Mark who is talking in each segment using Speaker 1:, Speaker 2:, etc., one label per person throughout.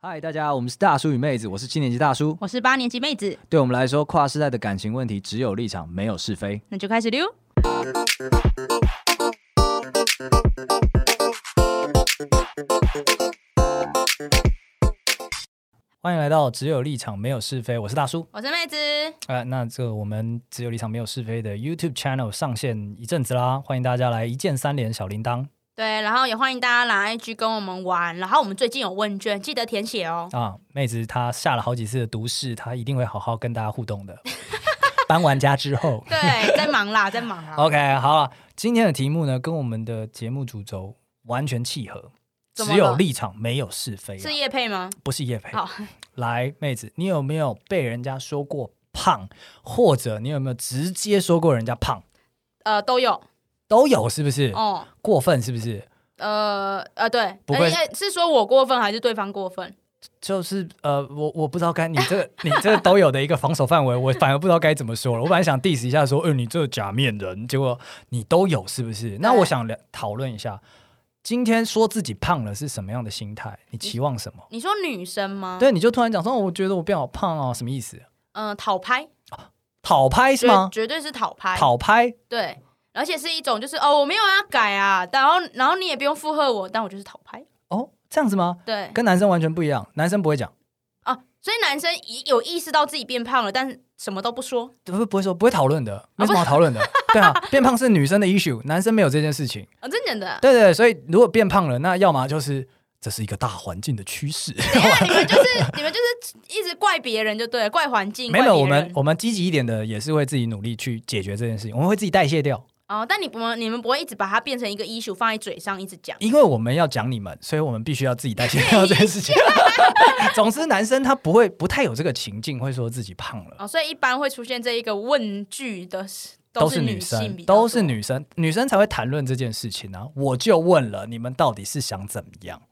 Speaker 1: 嗨，大家，我们是大叔与妹子，我是七年级大叔。
Speaker 2: 我是八年级妹子，
Speaker 1: 对我们来说，跨世代的感情问题只有立场，没有是非。
Speaker 2: 那就开始溜。
Speaker 1: 欢迎来到只有立场，没有是非。我是大叔。
Speaker 2: 我是妹子，
Speaker 1: 呃，那这个我们只有立场，没有是非的 YouTube channel 上线一阵子啦，欢迎大家来一键三连小铃铛
Speaker 2: 对，然后也欢迎大家来 IG 跟我们玩。然后我们最近有问卷，记得填写 哦。
Speaker 1: 啊！妹子她下了好几次的毒誓，她一定会好好跟大家互动的。 搬完家之后
Speaker 2: 对，在忙啦，在忙啦。
Speaker 1: ，OK，好了，今天的题目呢，跟我们的节目主轴完全契合，
Speaker 2: 怎么
Speaker 1: 只有
Speaker 2: 了
Speaker 1: 立场，没有是非啦。啊
Speaker 2: 是叶配吗？
Speaker 1: 不是叶培。
Speaker 2: 好，
Speaker 1: 来，妹子，你有没有被人家说过胖，或者你有没有直接说过人家胖？
Speaker 2: 呃，都有
Speaker 1: 都有，是不是？
Speaker 2: 哦，
Speaker 1: 过分是不是？
Speaker 2: 呃呃，对，
Speaker 1: 不会
Speaker 2: 哎哎是说我过分还是对方过分？
Speaker 1: 就是呃，我我不知道该你这个 你这个都有的一个防守范围，我反而不知道该怎么说了。我本来想 diss 一下说，嗯、你这个假面人，结果你都有，是不是？那我想了讨论一下，今天说自己胖了是什么样的心态？你期望什么？
Speaker 2: 你说女生吗？，
Speaker 1: 对，你就突然讲说，哦我觉得我变好胖哦，什么意思？
Speaker 2: 嗯、讨拍
Speaker 1: 讨拍是
Speaker 2: 绝
Speaker 1: 吗？
Speaker 2: 绝对是哎讨拍，
Speaker 1: 讨拍
Speaker 2: 对，而且是一种就是哦，我没有要改啊，然后然后你也不用附和我，但我就是讨拍，
Speaker 1: 哦，这样子吗？
Speaker 2: 对，
Speaker 1: 跟男生完全不一样，男生不会讲，
Speaker 2: 啊，所以男生一有意识到自己变胖了，但是什么都不说，
Speaker 1: 不会不会说，不会讨论的，没什么好讨论的。对啊，变胖是女生的 issue，男生没有这件事情。
Speaker 2: 啊、真的假 的？
Speaker 1: 对对对，所以如果变胖了，那要么就是这是一个大环境的趋势，
Speaker 2: 等一下你们就是你们就是一直怪别人就对了，怪环境，
Speaker 1: 没有
Speaker 2: 怪
Speaker 1: 我
Speaker 2: 别人
Speaker 1: 们我们积极一点的也是会自己努力去解决这件事情，我们会自己代谢掉，
Speaker 2: 哦，但你不你们不会一直把它变成一个 issue 放在嘴上一直讲，
Speaker 1: 因为我们要讲你们，所以我们必须要自己代谢掉这件事情。总之，男生他不会不太有这个情境，会说自己胖了。
Speaker 2: 哦，所以一般会出现这一个问句的是
Speaker 1: 都
Speaker 2: 是
Speaker 1: 是女
Speaker 2: 性
Speaker 1: 生
Speaker 2: 比，较
Speaker 1: 都是
Speaker 2: 多
Speaker 1: 女生，女生才会谈论这件事情啊！我就问了，你们到底是想怎么样，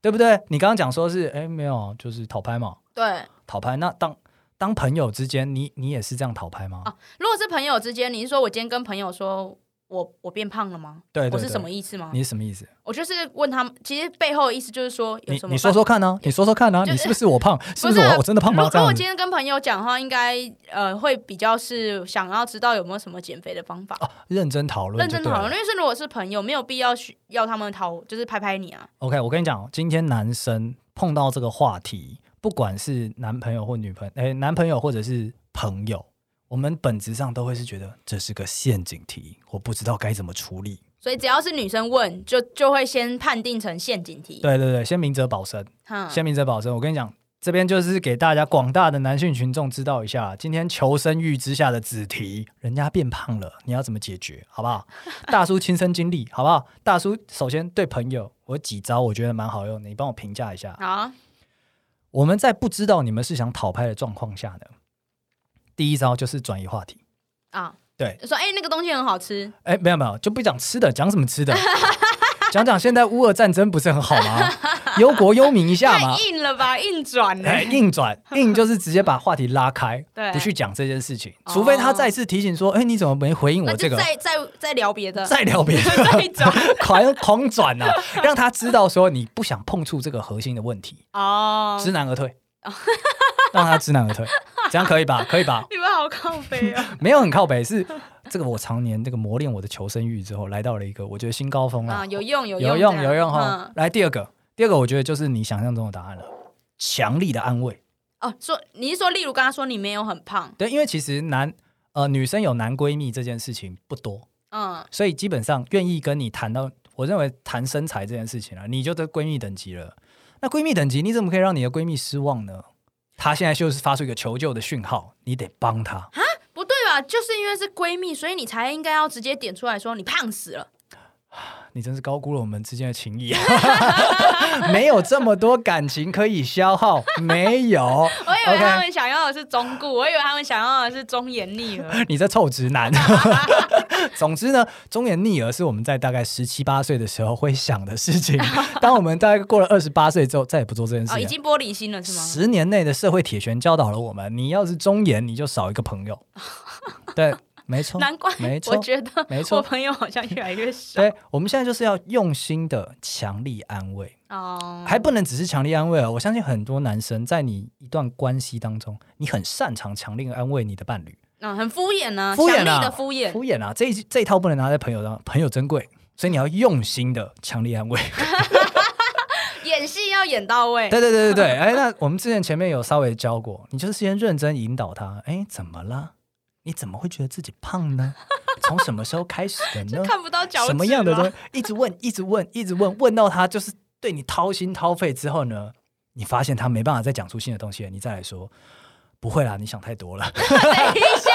Speaker 1: 对不对？你刚刚讲说是，哎，没有，就是讨拍嘛，
Speaker 2: 对。
Speaker 1: 讨拍。那当当朋友之间，你你也是这样讨拍吗？
Speaker 2: 啊如果是朋友之间，你是说我今天跟朋友说我我变胖了吗？
Speaker 1: 对对对
Speaker 2: 我是什么意思吗？
Speaker 1: 你是什么意思？
Speaker 2: 我就是问他们，其实背后的意思就是说有
Speaker 1: 你
Speaker 2: 什么
Speaker 1: 你说
Speaker 2: 办
Speaker 1: 说看呢、你说说看呢、啊
Speaker 2: 就是
Speaker 1: 你是不是我胖？是
Speaker 2: 不
Speaker 1: 不
Speaker 2: 是啊
Speaker 1: 是我我真的胖
Speaker 2: 如
Speaker 1: 吗？这
Speaker 2: 如果
Speaker 1: 样
Speaker 2: 今
Speaker 1: 子
Speaker 2: 天跟朋友讲的话，应该呃会比较是想要知道有没有什么减肥的方法，
Speaker 1: 哦，认真讨论，
Speaker 2: 认真讨论。。因为是如果是朋友，没有必要去要他们讨，就是拍拍你啊。
Speaker 1: OK，我跟你讲，哦今天男生碰到这个话题，不管是男朋友或女朋友，哎，男朋友或者是朋友，我们本质上都会是觉得这是个陷阱题，我不知道该怎么处理。
Speaker 2: 所以只要是女生问，就就会先判定成陷阱题。
Speaker 1: 对对对，先明哲保身，
Speaker 2: 哼，
Speaker 1: 先明哲保身。我跟你讲，这边就是给大家广大的男性群众知道一下，今天求生欲之下的子题，人家变胖了，你要怎么解决，好不好？大叔亲身经历，好不好？大叔首先对朋友，我有几招我觉得蛮好用的，你帮我评价一下。
Speaker 2: 好啊，
Speaker 1: 我们在不知道你们是想讨拍的状况下呢，第一招就是转移话题。
Speaker 2: 啊
Speaker 1: 对，
Speaker 2: 说哎、那个东西很好吃，
Speaker 1: 哎，没有没有，就不讲吃的，讲什么 吃的？讲讲现在乌俄战争不是很好吗？忧国忧民一下
Speaker 2: 太
Speaker 1: 嘛。
Speaker 2: 硬了吧，硬转呢、
Speaker 1: 哎，硬 转硬就是直接把话题拉开，
Speaker 2: 对
Speaker 1: 不去讲这件事情，
Speaker 2: 哦
Speaker 1: 除非他再次提醒说，哎，你怎么没回应
Speaker 2: 那
Speaker 1: 我这
Speaker 2: 就
Speaker 1: 个？
Speaker 2: 再再再聊别的，
Speaker 1: 再聊别的，
Speaker 2: 再转
Speaker 1: 狂狂转啊，让他知道说你不想碰触这个核心的问题，
Speaker 2: 哦。
Speaker 1: 知难而 退，让他知难而退，这样可以吧？可以吧？
Speaker 2: 你们好靠背 啊！
Speaker 1: 没有很靠北，是这个我常年这个磨练我的求生欲之后，来到了一个我觉得新高峰了、
Speaker 2: 啊，有用有
Speaker 1: 有
Speaker 2: 用
Speaker 1: 用
Speaker 2: 这样
Speaker 1: 有用哈、
Speaker 2: 嗯
Speaker 1: 来第二个，第二个我觉得就是你想象中的答案了，强力的安慰。
Speaker 2: 哦，说你是说，例如刚刚说你没有很胖，
Speaker 1: 对，因为其实男呃女生有男闺蜜这件事情不多，
Speaker 2: 嗯，
Speaker 1: 所以基本上愿意跟你谈到，我认为谈身材这件事情啊，你就得闺蜜等级了。那闺蜜等级，你怎么可以让你的闺蜜失望呢？她现在就是发出一个求救的讯号，你得帮她。
Speaker 2: 不对吧？就是因为是闺蜜，所以你才应该要直接点出来说你胖死了。
Speaker 1: 你真是高估了我们之间的情谊， 没有这么多感情可以消耗，没有。
Speaker 2: 我以为
Speaker 1: OK
Speaker 2: 他们想要的是中固，我以为他们想要的是忠言逆 耳。
Speaker 1: 你这臭直男。总之呢，忠言逆耳是我们在大概十七八岁的时候会想的事 情。当我们大概过了二十八岁之后，再也不做这件事
Speaker 2: 哦，
Speaker 1: 情
Speaker 2: 已
Speaker 1: 了。
Speaker 2: 经玻璃心了是吗？
Speaker 1: 十年内的社会铁拳教导了我们：你要是忠言，你就少一个朋友。对，没错，
Speaker 2: 难怪
Speaker 1: 啊没
Speaker 2: 我
Speaker 1: 错，
Speaker 2: 觉得
Speaker 1: 没
Speaker 2: 我
Speaker 1: 错。
Speaker 2: 朋友好像越来越少
Speaker 1: 对，我们现在就是要用心的强力安慰，
Speaker 2: 哦，
Speaker 1: 还不能只是强力安慰哦。我相信很多男生在你一段关系当中，你很擅长强力安慰你的伴侣，
Speaker 2: 嗯很敷衍呢，
Speaker 1: 敷衍
Speaker 2: 强
Speaker 1: 啊
Speaker 2: 力的敷衍，
Speaker 1: 敷衍啊，这一这一套不能拿在朋友上，朋友珍贵，所以你要用心的强力安慰。
Speaker 2: 演戏要演到位，
Speaker 1: 对对对对对，哎，那我们之前前面有稍微教过，你就是先认真引导他，哎，怎么啦？你怎么会觉得自己胖呢？从什么时候开始的呢？
Speaker 2: 看不到啊脚趾
Speaker 1: 什么样的
Speaker 2: 吗
Speaker 1: 东西？一直问，一直问，一直问，问到他就是对你掏心掏肺之后呢，你发现他没办法再讲出新的东西了，你再来说。不会啦，你想太多了。
Speaker 2: 等一下，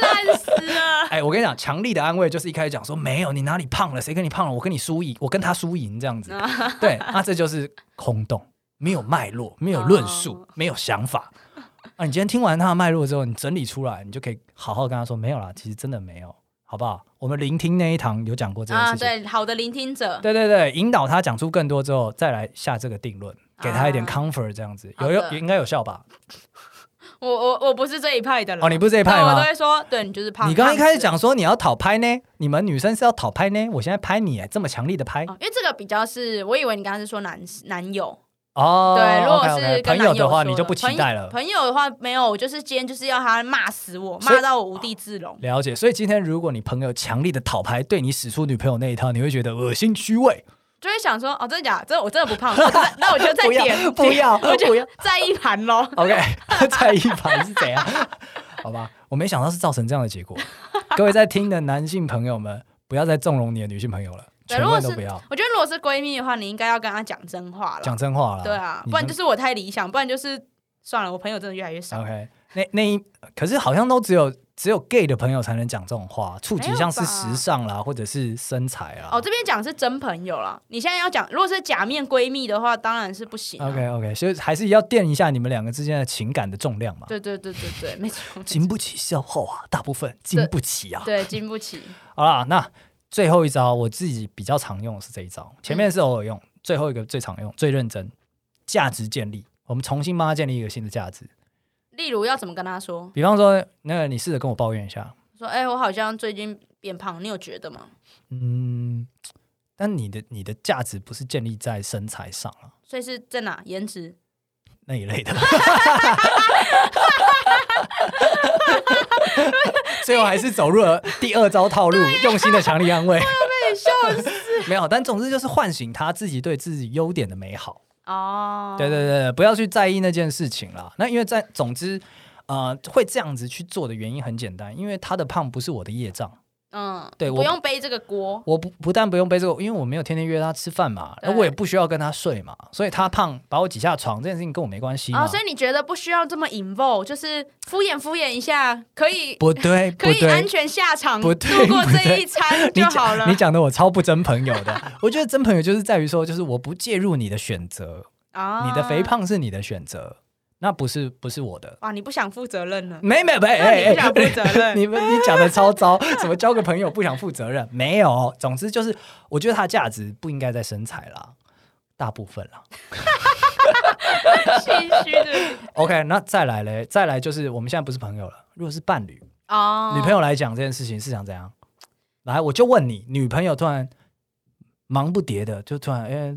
Speaker 2: 烂死了。
Speaker 1: 哎，我跟你讲，强力的安慰就是一开始讲说没有，你哪里胖了？谁跟你胖了？我跟你输赢，我跟他输赢这样子。
Speaker 2: 啊
Speaker 1: 对，那、这就是空洞，没有脉络，没有论
Speaker 2: 哦
Speaker 1: 述，没有想法。啊，你今天听完他的脉络之后，你整理出来，你就可以好好跟他说，没有啦，其实真的没有，好不好？我们聆听那一堂有讲过这件事
Speaker 2: 啊，
Speaker 1: 情，
Speaker 2: 对，好的聆听者，
Speaker 1: 对对对，引导他讲出更多之后，再来下这个定论，给他一点
Speaker 2: 啊
Speaker 1: comfort，这样子、
Speaker 2: 好
Speaker 1: 有有
Speaker 2: 的
Speaker 1: 应该有效吧？
Speaker 2: 我我我不是这一派的了。
Speaker 1: 哦，你不是这一
Speaker 2: 这
Speaker 1: 派
Speaker 2: 我
Speaker 1: 吗
Speaker 2: 都？会说，对你就是胖。
Speaker 1: 你刚刚一开始
Speaker 2: 胖
Speaker 1: 讲说你要讨拍呢，你们女生是要讨拍呢，我现在拍你，哎这么强力的拍
Speaker 2: 死了，哦因为这个比较是，我以为你刚刚是说男男友，
Speaker 1: 哦。
Speaker 2: 对，如果
Speaker 1: OK，OK，
Speaker 2: 是跟
Speaker 1: 朋
Speaker 2: 男友
Speaker 1: 友的话，
Speaker 2: 说
Speaker 1: 你就不期待
Speaker 2: 朋
Speaker 1: 了。
Speaker 2: 朋友的话没有，我就是今天就是要他骂死我，
Speaker 1: 所以哦
Speaker 2: 骂到我无地自容。
Speaker 1: 了解，所以今天如果你朋友强力的讨拍，对你使出女朋友那一套，你会觉得恶心虚伪，
Speaker 2: 就会想说，哦，真的假的？这我真的不胖，哦那那我就再
Speaker 1: 不要
Speaker 2: 点，
Speaker 1: 不 要
Speaker 2: 我就
Speaker 1: 不要。
Speaker 2: 再一 盘喽。
Speaker 1: OK，在一盘是怎样？ 好吧，我没想到是造成这样的 结果。各位在听的男性朋友们，不要再纵容你的女性朋友了，
Speaker 2: 对
Speaker 1: 全
Speaker 2: 如果
Speaker 1: 部
Speaker 2: 是
Speaker 1: 都不要
Speaker 2: 我觉得如果是闺蜜的话，你应该要跟她讲真话了。
Speaker 1: 讲真话了。
Speaker 2: 对啊，
Speaker 1: 你
Speaker 2: 不然就
Speaker 1: 真
Speaker 2: 是我太理想，不然就是算了。我朋友真的越来越少，
Speaker 1: OK 那。那一可是好像都只有只有 gay 的朋友才能讲这种话，触
Speaker 2: 没
Speaker 1: 及
Speaker 2: 有
Speaker 1: 像是
Speaker 2: 吧
Speaker 1: 时尚啦，或者是身材啦。
Speaker 2: 哦，这边讲是真朋友啦。你现在要讲，如果是假面闺蜜的话，当然是不行、啊。
Speaker 1: OK OK，所以还是要垫一下你们两个之间的情感的重量嘛，
Speaker 2: 对对对对对，没错。没错
Speaker 1: 经不起消耗啊，大部分经不起啊。
Speaker 2: 对，经不起。
Speaker 1: 好啦，那最后一招我自己比较常用的是这一招，
Speaker 2: 嗯
Speaker 1: 前面是偶尔用，最后一个最常用、最认真。价值建立，我们重新帮他建立一个新的价值。
Speaker 2: 例如要怎么跟她说？
Speaker 1: 比方说，那个你试着跟我抱怨一下，
Speaker 2: 说，哎、我好像最近变胖，你有觉得吗？
Speaker 1: 嗯，但你的你的价值不是建立在身材上啊
Speaker 2: 所以是在哪？颜值？
Speaker 1: 那一 类的。所以我还是走入了第二招套路，用心的强力 安慰。
Speaker 2: 被笑死。
Speaker 1: 没有，但总之就是唤醒他自己对自己优点的美好。
Speaker 2: 哦，
Speaker 1: 对对对，不要去在意那件事情啦。那因为在总之，呃，会这样子去做的原因很简单，因为他的胖不是我的业障，
Speaker 2: 嗯，
Speaker 1: 对
Speaker 2: 不
Speaker 1: 我
Speaker 2: 用背这个锅。哦
Speaker 1: 我不不但不用背这个，因为我没有天天约他吃饭嘛，
Speaker 2: 对
Speaker 1: 然后我也不需要跟他睡嘛，所以他胖把我挤下床这件事情跟我没关系嘛。
Speaker 2: 哦，所以你觉得不需要这么 involve，就是敷衍敷衍一下，可以
Speaker 1: 不对不
Speaker 2: 可以安
Speaker 1: 对，
Speaker 2: 全下场，
Speaker 1: 不
Speaker 2: 度
Speaker 1: 对
Speaker 2: 过
Speaker 1: 不
Speaker 2: 这
Speaker 1: 对
Speaker 2: 一餐
Speaker 1: 你
Speaker 2: 就好了
Speaker 1: 讲你。讲的我超不真朋友的，我觉得真朋友就是在于说，就是我不介入你的选择，
Speaker 2: 啊
Speaker 1: 你的肥胖是你的选择，那不是不是我的。
Speaker 2: 哇，你不想负责 任了，
Speaker 1: 没没没，
Speaker 2: 那你
Speaker 1: 哎
Speaker 2: 不想负
Speaker 1: 哎
Speaker 2: 责任？
Speaker 1: 你们你讲的超糟， 什么交个朋友不想负责任？没有，总之就是，我觉得它的价值不应该在身材啦，大部分啦。
Speaker 2: 心虚的
Speaker 1: OK，那再来嘞，再来就是我们现在不是朋友了，如果是伴侣、
Speaker 2: 哦，
Speaker 1: 女朋友来讲这件事情是想怎样？来，我就问你，女朋友突然忙不迭的，就突然，哎、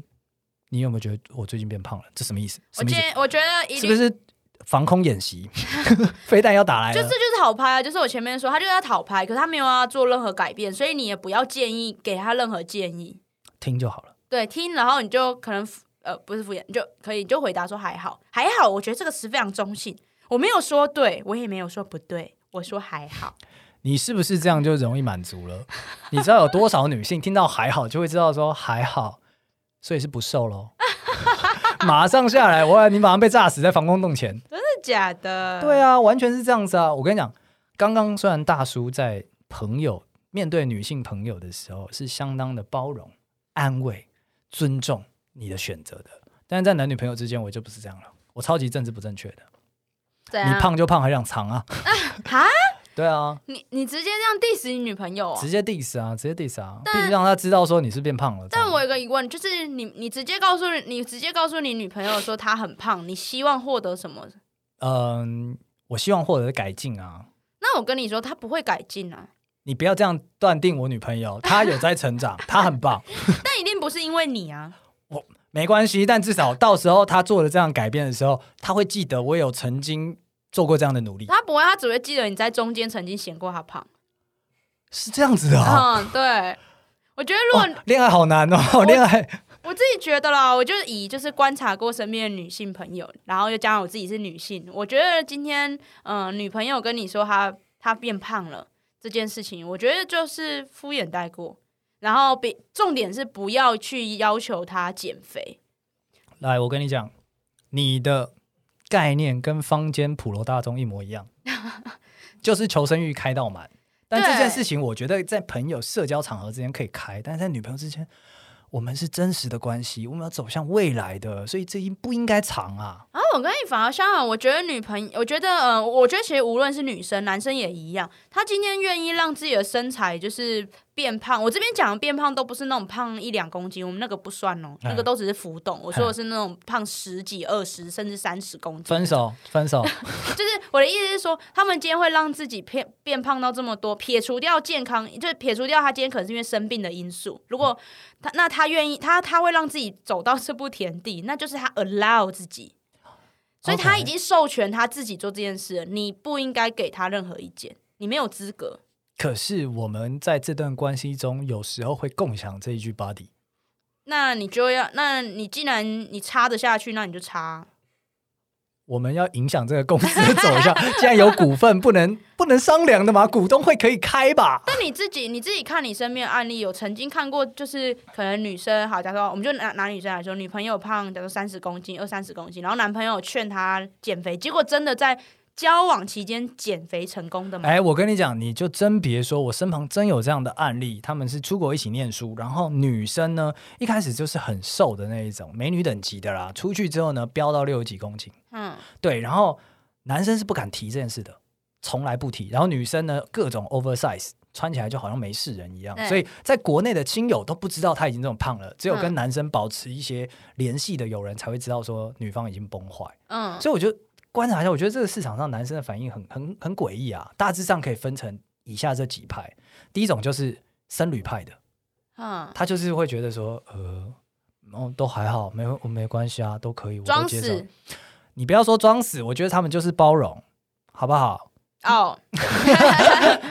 Speaker 1: 你有没有觉得我最近变胖了？这什么意思？
Speaker 2: 我
Speaker 1: 什么意
Speaker 2: 今
Speaker 1: 思？
Speaker 2: 天我觉得一
Speaker 1: 是不
Speaker 2: 律。
Speaker 1: 是防空演习？ 飞弹要打来
Speaker 2: 就
Speaker 1: 了？
Speaker 2: 这就是讨拍啊！就是我前面说，他就是要讨拍，可是他没有要做任何改变，所以你也不要建议给他任何建议。
Speaker 1: 听就好了。
Speaker 2: 对，听，然后你就可能敷呃不是敷衍，你就可以你就回答说还好，还好。我觉得这个词非常中性，我没有说对，我也没有说不对，我说还好。
Speaker 1: 你是不是这样就容易满足了？ 你知道有多少女性听到还好就会知道说还好，所以是不瘦喽。 马上下来，我你马上被炸死在防空洞前。
Speaker 2: 真的假的？
Speaker 1: 对，啊，完全是这样子啊！我跟你讲，刚刚虽然大叔在朋友面对女性朋友的时候是相当的包容、安慰、尊重你的选择的，但是在男女朋友之间，我就不是这样了。我超级政治不正确的，
Speaker 2: 怎
Speaker 1: 你
Speaker 2: 样？
Speaker 1: 胖就胖，还想藏啊？
Speaker 2: 哈？
Speaker 1: 对啊，
Speaker 2: 你你直接这样 diss 你女朋友、哦？
Speaker 1: 直接 diss 啊，直接 diss 啊，必须让他知道说你是变胖了。这样
Speaker 2: 但我有个疑问，就是你你直接告诉你直接告诉你女朋友说她很胖，你希望获得什么？
Speaker 1: 嗯，我希望获得改进啊。
Speaker 2: 那我跟你说，他不会改进啊，
Speaker 1: 你不要这样断定我女朋友，她有在成长，她很棒，
Speaker 2: 但一定不是因为你啊。
Speaker 1: 没关系。但至少到时候她做了这样改变的时候，她会记得我有曾经做过这样的努力，
Speaker 2: 他不会，他只会记得你在中间曾经嫌过他胖。
Speaker 1: 是这样子的哦。
Speaker 2: 嗯，对。我觉得，如
Speaker 1: 哇
Speaker 2: 果
Speaker 1: 恋爱好难哦，恋爱
Speaker 2: 我自己觉得啦，我就是以就是观察过身边的女性朋友，然后又加上我自己是女性，我觉得今天嗯、呃女朋友跟你说她她变胖了这件事情，我觉得就是敷衍带过。然后别重点是不要去要求她减肥，
Speaker 1: 来，我跟你讲，你的概念跟坊间普罗大众一模一样，就是求生欲开到满。但这件
Speaker 2: 对
Speaker 1: 事情，我觉得在朋友社交场合之间可以开，但是在女朋友之间，我们是真实的关系，我们要走向未来的，所以这应不应该藏啊？
Speaker 2: 然后我跟你反而相反，我觉得女朋友，我觉得呃，我觉得其实无论是女生男生也一样，他今天愿意让自己的身材就是变胖，我这边讲的变胖都不是那种胖一两公斤，我们那个不算哦，那个都只是浮动。我说的是那种胖十几、二十甚至三十公斤。
Speaker 1: 分手，分手，
Speaker 2: 就是我的意思是说，他们今天会让自己变变胖到这么多，撇除掉健康，就是撇除掉他今天可能是因为生病的因素。如果他那他愿意，他他会让自己走到这步田地，那就是他 allow 自己，所以他
Speaker 1: OK
Speaker 2: 已经授权他自己做这件事了，你不应该给他任何意见，你没有资格。
Speaker 1: 可是我们在这段关系中，有时候会共享这一句 body。
Speaker 2: 那你就要，那你既然你插得下去，那你就插啊。
Speaker 1: 我们要影响这个公司的走向，既然有股份，不能不能商量的嘛？股东会可以开吧？
Speaker 2: 但你自己你自己看你身边的案例，有曾经看过，就是可能女生好，假如说我们就拿拿女生来说，女朋友胖，假如三十公斤、二三十公斤，然后男朋友劝她减肥，结果真的在交往期间减肥成功的吗？
Speaker 1: 哎，我跟你讲，你就真别说，我身旁真有这样的案例，他们是出国一起念书，然后女生呢一开始就是很瘦的那一种，美女等级的啦，出去之后呢飙到六十几公斤，
Speaker 2: 嗯，
Speaker 1: 对，然后男生是不敢提这件事的，从来不提，然后女生呢各种 oversize。穿起来就好像没事人一样，
Speaker 2: 对
Speaker 1: 所以在国内的亲友都不知道她已经这么胖了，只有
Speaker 2: 嗯
Speaker 1: 跟男生保持一些联系的友人才会知道说女方已经崩坏。
Speaker 2: 嗯，
Speaker 1: 所以我就观察一下，我觉得这个市场上男生的反应很很很诡异啊，大致上可以分成以下这几派。第一种就是僧侣派的，
Speaker 2: 嗯，
Speaker 1: 他就是会觉得说，呃，哦，都还好，没我没关系啊，都可以，我都
Speaker 2: 装
Speaker 1: 接受
Speaker 2: 死。
Speaker 1: 你不要说装死，我觉得他们就是包容，好不好？
Speaker 2: 哦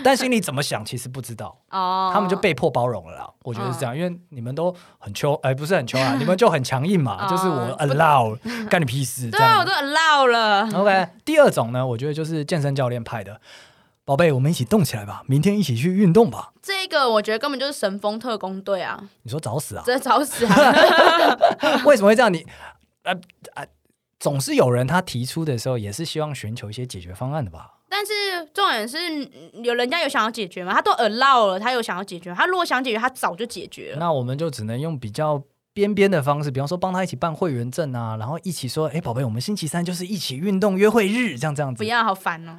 Speaker 1: 但心里怎么想，其实不知道，
Speaker 2: 哦，
Speaker 1: 他们就被迫包容了啦。我觉得是这样，因为你们都很秋，哎、不是很秋 啊，你们就很强硬嘛，就是我
Speaker 2: 哦不
Speaker 1: allow，干你屁 事。这
Speaker 2: 对
Speaker 1: 样
Speaker 2: 啊，我都 allow 了，
Speaker 1: OK，第二种呢，我觉得就是健身教练派的。宝贝，我们一起动起来吧，明天一起去运动吧。
Speaker 2: 这个我觉得根本就是神风特工队啊，
Speaker 1: 你说找死啊？
Speaker 2: 这找死啊！
Speaker 1: 为什么会这样？你呃呃，总是有人他提出的时候，也是希望寻求一些解决方案的吧？
Speaker 2: 但是重点是，嗯有人家有想要解决吗？他都 allow 了，他有想要解决吗，他如果想解决，他早就解决了。
Speaker 1: 那我们就只能用比较边边的方式，比方说帮他一起办会员证啊，然后一起说，哎，宝贝，我们星期三就是一起运动约会日，这样这样子。
Speaker 2: 不要，好烦哦、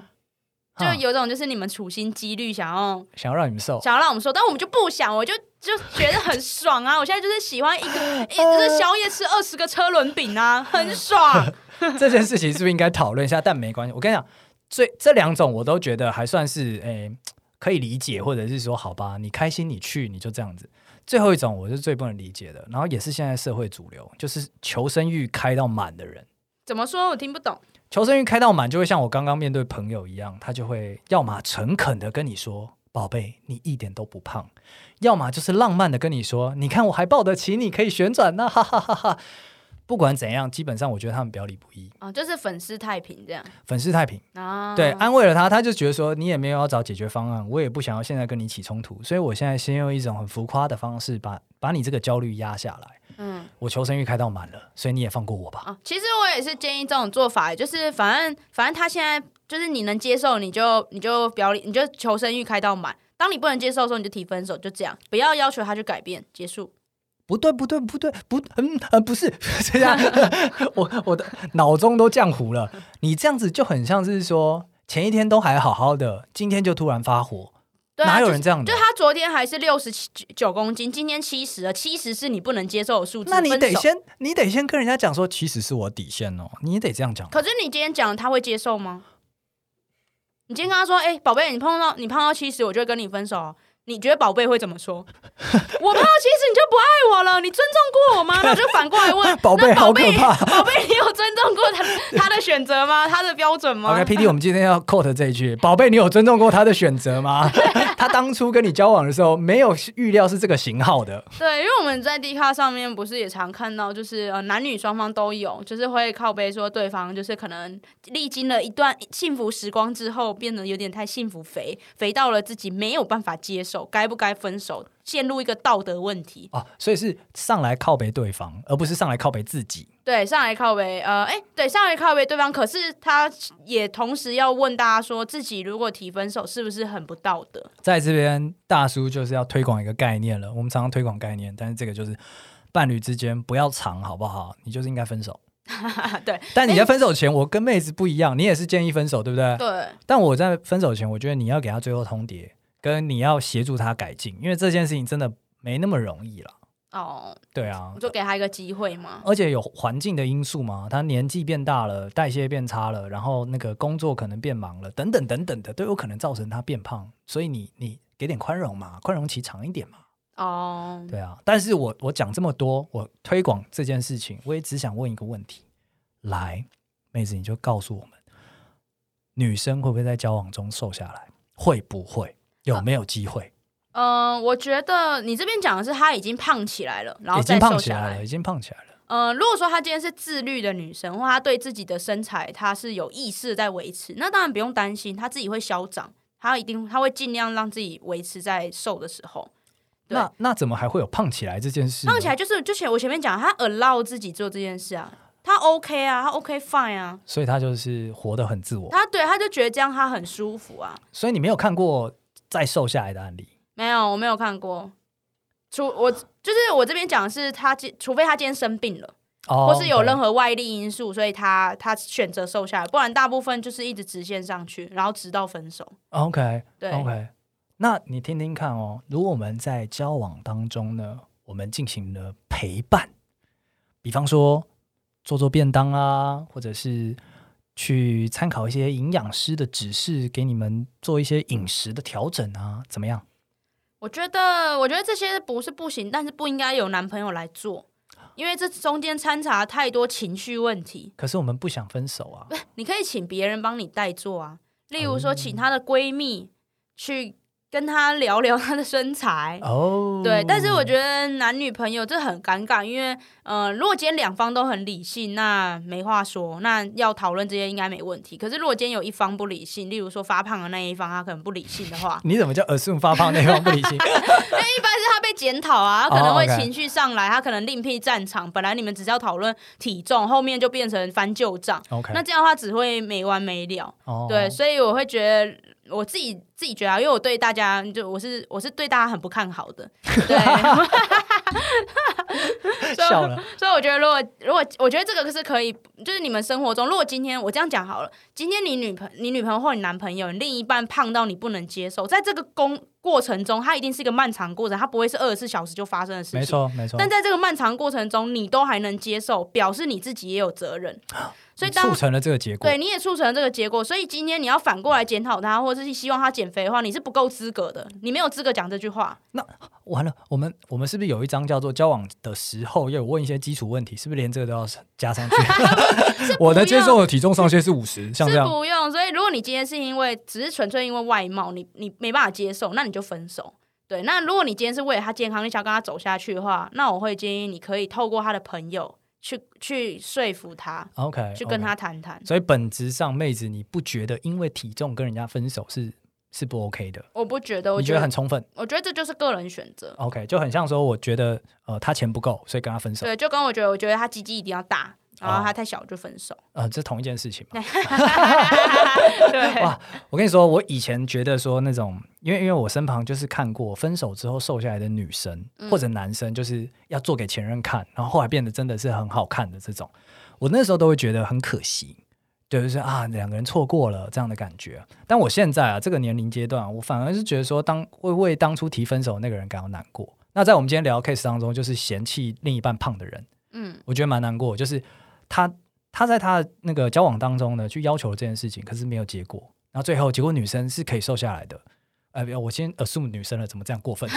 Speaker 2: 就
Speaker 1: 哈
Speaker 2: 有种就是你们处心积虑想要
Speaker 1: 想要让你们瘦。
Speaker 2: 想要让我们说，但我们就不想，我就就觉得很爽啊！我现在就是喜欢一 个一就是宵夜吃二十个车轮饼啊，很
Speaker 1: 嗯
Speaker 2: 爽。
Speaker 1: 这件事情是不是应该讨论一下？但没关系，我跟你讲，最这两种我都觉得还算是诶、可以理解，或者是说好吧，你开心你去你就这样子。最后一种我是最不能理解的，然后也是现在社会主流，就是求生欲开到满的人。
Speaker 2: 怎么说？我听不懂。
Speaker 1: 求生欲开到满，就会像我刚刚面对朋友一样，他就会要么诚恳的跟你说：“宝贝，你一点都不胖。”要么就是浪漫的跟你说：“你看我还抱得起你，可以旋转呢、哈哈哈哈。”不管怎样，基本上我觉得他们表里不一，
Speaker 2: 哦，就是粉丝太平这样
Speaker 1: 粉饰太平。
Speaker 2: 啊。
Speaker 1: 对，安慰了他，他就觉得说你也没有要找解决方案，我也不想要现在跟你起冲突，所以我现在先用一种很浮夸的方式把把你这个焦虑压下来。
Speaker 2: 嗯
Speaker 1: 我求生欲开到满了，所以你也放过我吧。
Speaker 2: 啊，其实我也是建议这种做法，欸就是反正反正他现在就是你能接受，你就你就表里你就求生欲开到满。当你不能接受的时候，你就提分手，就这样，不要要求他去改变，结束。
Speaker 1: 不对，不对，不对，不，嗯，呃，不是 这 样，我我的脑中都浆糊了。你这样子就很像是说前一天都还好好的，今天就突然发火，
Speaker 2: 对啊，
Speaker 1: 哪有
Speaker 2: 就
Speaker 1: 人这样的
Speaker 2: 就？他昨天还是六十九公斤，今天七十了，七十是你不能接受的数字。
Speaker 1: 那你得
Speaker 2: 分手。
Speaker 1: 先，你得先跟人家讲说，其实是我底线哦，你也得这样讲。，
Speaker 2: 可是你今天讲，他会接受吗？你今天跟他说，哎、宝贝，你碰到你胖到七十，我就会跟你分手哦。你觉得宝贝会怎么说？我胖到七十，你就不爱我了？你尊重过我吗？那我就反过来问
Speaker 1: 宝贝
Speaker 2: 那宝
Speaker 1: 好
Speaker 2: 贝，
Speaker 1: 可怕
Speaker 2: 宝贝，你有尊重过他他的选择吗？他的标准吗
Speaker 1: OK，P D，我们今天要 quote 这一句：宝贝，你有尊重过他的选择吗？ 他当初跟你交往的时候，没有预料是这个型号的。
Speaker 2: 对，因为我们在 D 卡上面不是也常看到，就是呃男女双方都有，就是会靠背说对方就是可能历经了一段幸福时光之后，变得有点太幸福肥，肥到了自己没有办法接受，该不该分手，陷入一个道德问题。
Speaker 1: 哦，所以是上来靠北对方，而不是上来靠北自己。
Speaker 2: 对，上来靠背，呃，哎，对，上来靠背对方，可是他也同时要问大家说，自己如果提分手是不是很不道德？
Speaker 1: 在这边，大叔就是要推广一个概念了。我们常常推广概念，但是这个就是伴侣之间不要藏，好不好？你就是应该分手。
Speaker 2: 对
Speaker 1: 但你在分手前，我跟妹子不一样，你也是建议分手，对不对？
Speaker 2: 对，
Speaker 1: 但我在分手前，我觉得你要给他最后通牒，跟你要协助他改进，因为这件事情真的没那么容易了。
Speaker 2: 哦，
Speaker 1: 对啊
Speaker 2: 我，就给他一个机会嘛。
Speaker 1: 而且有环境的因素嘛，他年纪变大了，代谢变差了，然后那个工作可能变忙了，等等等等的，都有可能造成他变胖。所以你你给点宽容嘛，宽容期长一点嘛。
Speaker 2: 哦，
Speaker 1: 对啊，但是我我讲这么多，我推广这件事情，我也只想问一个问题：来，妹子，你就告诉我们，女生会不会在交往中瘦下来？会不会？有没有机会？
Speaker 2: 嗯，我觉得你这边讲的是她已经胖起来了，然后
Speaker 1: 已
Speaker 2: 再
Speaker 1: 经
Speaker 2: 瘦
Speaker 1: 胖起
Speaker 2: 下
Speaker 1: 来
Speaker 2: 来
Speaker 1: 了，。已经胖起来了。
Speaker 2: 呃，如果说她今天是自律的女生，或她对自己的身材她是有意识在维持，那当然不用担心，她自己会消长，她一定她会尽量让自己维持在瘦的时候。对
Speaker 1: 那那怎么还会有胖起来这件事呢？
Speaker 2: 胖起来就是就前我前面讲，她 allow 自己做这件事啊，她 OK 啊，她 OK fine 啊，
Speaker 1: 所以他就是活得很自我。
Speaker 2: 她对她就觉得这样她很舒服啊。
Speaker 1: 所以你没有看过再瘦下来的案例。
Speaker 2: 没有，我没有看过。除我就是我这边讲的是她今，除非她今天生病了。
Speaker 1: 哦
Speaker 2: 或是有任
Speaker 1: 何
Speaker 2: 何外力因素，所以他他选择瘦下来，不然大部分就是一直直线上去，然后直到分手。
Speaker 1: 哦 OK
Speaker 2: 对
Speaker 1: OK，那你听听看哦，如果我们在交往当中呢，我们进行了陪伴，比方说做做便当啊，或者是去参考一些营养师的指示，给你们做一些饮食的调整啊，怎么样？
Speaker 2: 我觉得，我觉得这些不是不行，但是不应该有男朋友来做，因为这中间掺杂太多情绪问题。
Speaker 1: 可是我们不想分手 啊，
Speaker 2: 你可以请别人帮你代做啊，例如说
Speaker 1: 哦
Speaker 2: 请她的闺蜜去跟她聊聊她的身材。
Speaker 1: 哦，，
Speaker 2: 对，但是我觉得男女朋友这很尴尬，因为呃，如果今天两方都很理性，那没话说，那要讨论这些应该没问题。可是如果今天有一方不理性，例如说发胖的那一方，他可能不理性的话
Speaker 1: 你怎么叫 assume 发胖那方不理 性？
Speaker 2: 一般是他被检讨啊，他可能会
Speaker 1: 哦，OK
Speaker 2: 情绪上来，他可能另辟战场。本来你们只是要讨论体重，后面就变成翻旧账，
Speaker 1: OK，
Speaker 2: 那这样的话只会没完没了。
Speaker 1: 哦
Speaker 2: 对，所以我会觉得我自己自己觉得啊，因为我对大家就我是我是对大家很不看好的，对，
Speaker 1: 笑了，
Speaker 2: 所以我觉得，如果如果我觉得这个是可以，就是你们生活中，如果今天我这样讲好了，今天你女朋你女朋友或你男朋友，你另一半胖到你不能接受，在这个工过程中，它一定是一个漫长过程，它不会是二十四小时就发生的事情。
Speaker 1: 没。错没错。
Speaker 2: 但在这个漫长过程中，你都还能接受，表示你自己也有责任。所以当
Speaker 1: 啊促成了这个结果，
Speaker 2: 对，你也促成了这个结果，所以今天你要反过来检讨他，或者是希望他减肥的话，你是不够资格的，你没有资格讲这句话。
Speaker 1: 完了，我们我们是不是有一章叫做交往的时候要有问一些基础问题？是不是连这个都要加上 去？我能接受的体重上限是五十，像这
Speaker 2: 是
Speaker 1: 样
Speaker 2: 不用。所以如果你今天是因为只是纯粹因为外貌，你你没办法接受，那你就分手。对，那如果你今天是为了他健康，你想跟他走下去的话，那我会建议你可以透过他的朋友去去说服他，
Speaker 1: OK，
Speaker 2: 去跟
Speaker 1: OK
Speaker 2: 他谈谈。
Speaker 1: 所以本质上，妹子，你不觉得因为体重跟人家分手是是不 OK 的？
Speaker 2: 我不觉得，我
Speaker 1: 你觉得很，哦充分
Speaker 2: 我觉得这就是个人选择。
Speaker 1: ？OK，就很像说，我觉得呃，他钱不够，所以跟他分手。
Speaker 2: 对，就跟我觉得，我觉得他鸡鸡一定要大，然
Speaker 1: 哦
Speaker 2: 后他太小就分 手。
Speaker 1: 呃，这同一件事情嘛。
Speaker 2: 对，
Speaker 1: 哇，我跟你说，我以前觉得说那种，因为因为我身旁就是看过分手之后瘦下来的女生、或者男生，就是要做给前任看，然后后来变得真的是很好看的这种，我那时候都会觉得很可惜，对就是啊两个人错过了这样的感觉。但我现在啊这个年龄阶段，我反而是觉得说当会为当初提分手的那个人感到难过。那在我们今天聊的 case 当中，就是嫌弃另一半胖的人，
Speaker 2: 嗯，
Speaker 1: 我觉得蛮难过，就是他他在他的那个交往当中呢，去要求这件事情，可是没有结果，然后最后结果女生是可以瘦下来的。呃，不要我先 assume 女生了，怎么这样过分？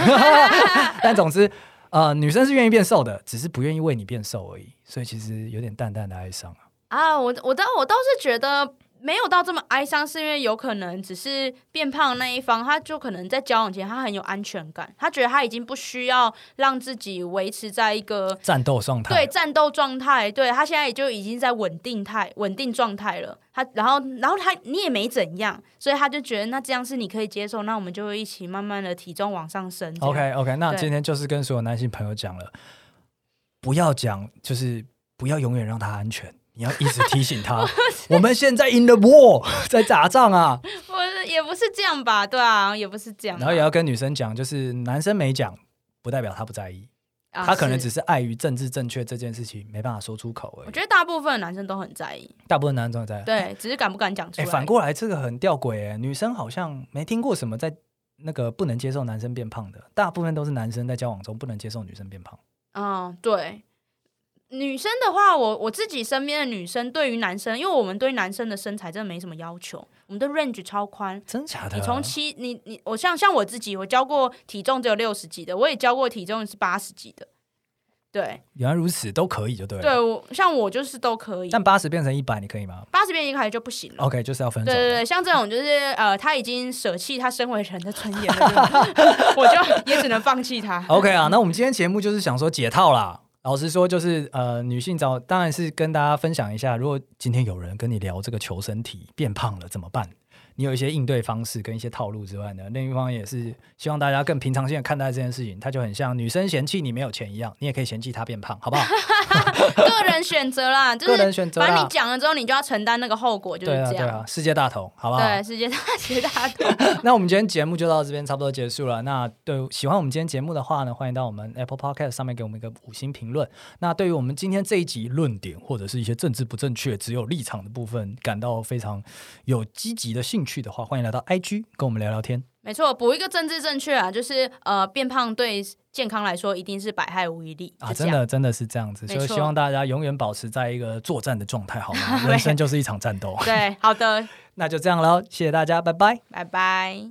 Speaker 1: 但总之，呃，女生是愿意变瘦的，只是不愿意为你变瘦而已。所以其实有点淡淡的哀伤啊。
Speaker 2: 啊，我我倒我倒是觉得没有到这么哀伤，是因为有可能只是变胖的那一方，他就可能在交往前他很有安全感，他觉得他已经不需要让自己维持在一个
Speaker 1: 战斗状态，
Speaker 2: 对战斗状态，对他现在也就已经在稳定态稳定状态了。他然后然后他你也没怎样，所以他就觉得那这样是你可以接受，那我们就会一起慢慢的体重往上升。这样
Speaker 1: OK OK，那
Speaker 2: 对
Speaker 1: 今天就是跟所有男性朋友讲了，不要讲，就是不要永远让他安全，你要一直提醒 他，我们现在 in the war 在打仗啊，
Speaker 2: 我是也不是这样吧，对啊，也不是这样啊。
Speaker 1: 然后也要跟女生讲，就是男生没讲，不代表他不在意，
Speaker 2: 啊
Speaker 1: 他可能
Speaker 2: 是
Speaker 1: 只是碍于政治正确这件事情没办法说出口而
Speaker 2: 我
Speaker 1: 已
Speaker 2: 觉。得大部分的男生都很在意，
Speaker 1: 大部分男生都在意。
Speaker 2: 对，只是敢不敢讲出
Speaker 1: 哎、
Speaker 2: 来。
Speaker 1: 反过来这个很吊诡哎、女生好像没听过什么在那个不能接受男生变胖的，大部分都是男生在交往中不能接受女生变胖。
Speaker 2: 嗯，对。女生的话，我我自己身边的女生对于男生，因为我们对男生的身材真的没什么要求，我们的 range 超宽。
Speaker 1: 真假的？啊
Speaker 2: 你从七，你你我像像我自己，我教过体重只有六十几的，我也教过体重是八十几的。对
Speaker 1: 原来如此，都可以就对了。
Speaker 2: 对，我像我就是都可以，
Speaker 1: 但八十变成一百，你可以吗
Speaker 2: 八十变一开始就不行了。
Speaker 1: ？OK，就是要分手
Speaker 2: 对对
Speaker 1: 了。
Speaker 2: 对，像这种就是呃，他已经舍弃他身为人的尊严了， 对 吧我就也只能放弃他。
Speaker 1: OK 啊，那我们今天节目就是想说解套啦。老实说，就是呃，女性找当然是跟大家分享一下，如果今天有人跟你聊这个求生体变胖了怎么办，你有一些应对方式跟一些套路之外呢，另一方也是希望大家更平常心的看待这件事情。它就很像女生嫌弃你没有钱一样，你也可以嫌弃她变胖，好不 好？
Speaker 2: 个人选择啦，就
Speaker 1: 个人
Speaker 2: 是
Speaker 1: 选择
Speaker 2: 反正
Speaker 1: 啦
Speaker 2: 你。讲了之后，你就要承担那个后果，就是
Speaker 1: 对啊，
Speaker 2: 这
Speaker 1: 对啊
Speaker 2: 样。，
Speaker 1: 世界大同，好不好？
Speaker 2: 对，世界大 学大同，
Speaker 1: 那我们今天节目就到这边差不多结束了。那对喜欢我们今天节目的话呢，欢迎到我们 Apple Podcast 上面给我们一个五星评论。那对于我们今天这一集论点或者是一些政治不正确、只有立场的部分感到非常有积极的兴趣的话，欢迎来到 IG 跟我们聊聊天。
Speaker 2: 没错，补一个政治正确啊，就是呃，变胖对健康来说一定是百害无一利
Speaker 1: 啊，
Speaker 2: 就这
Speaker 1: 真
Speaker 2: 样
Speaker 1: 的真的是这样子，
Speaker 2: 没
Speaker 1: 所以
Speaker 2: 错
Speaker 1: 希望大家永远保持在一个作战的状态，好 吗？人生就是一场战斗。
Speaker 2: 对，好的，
Speaker 1: 那就这样喽，谢谢大家，拜拜。
Speaker 2: 拜拜。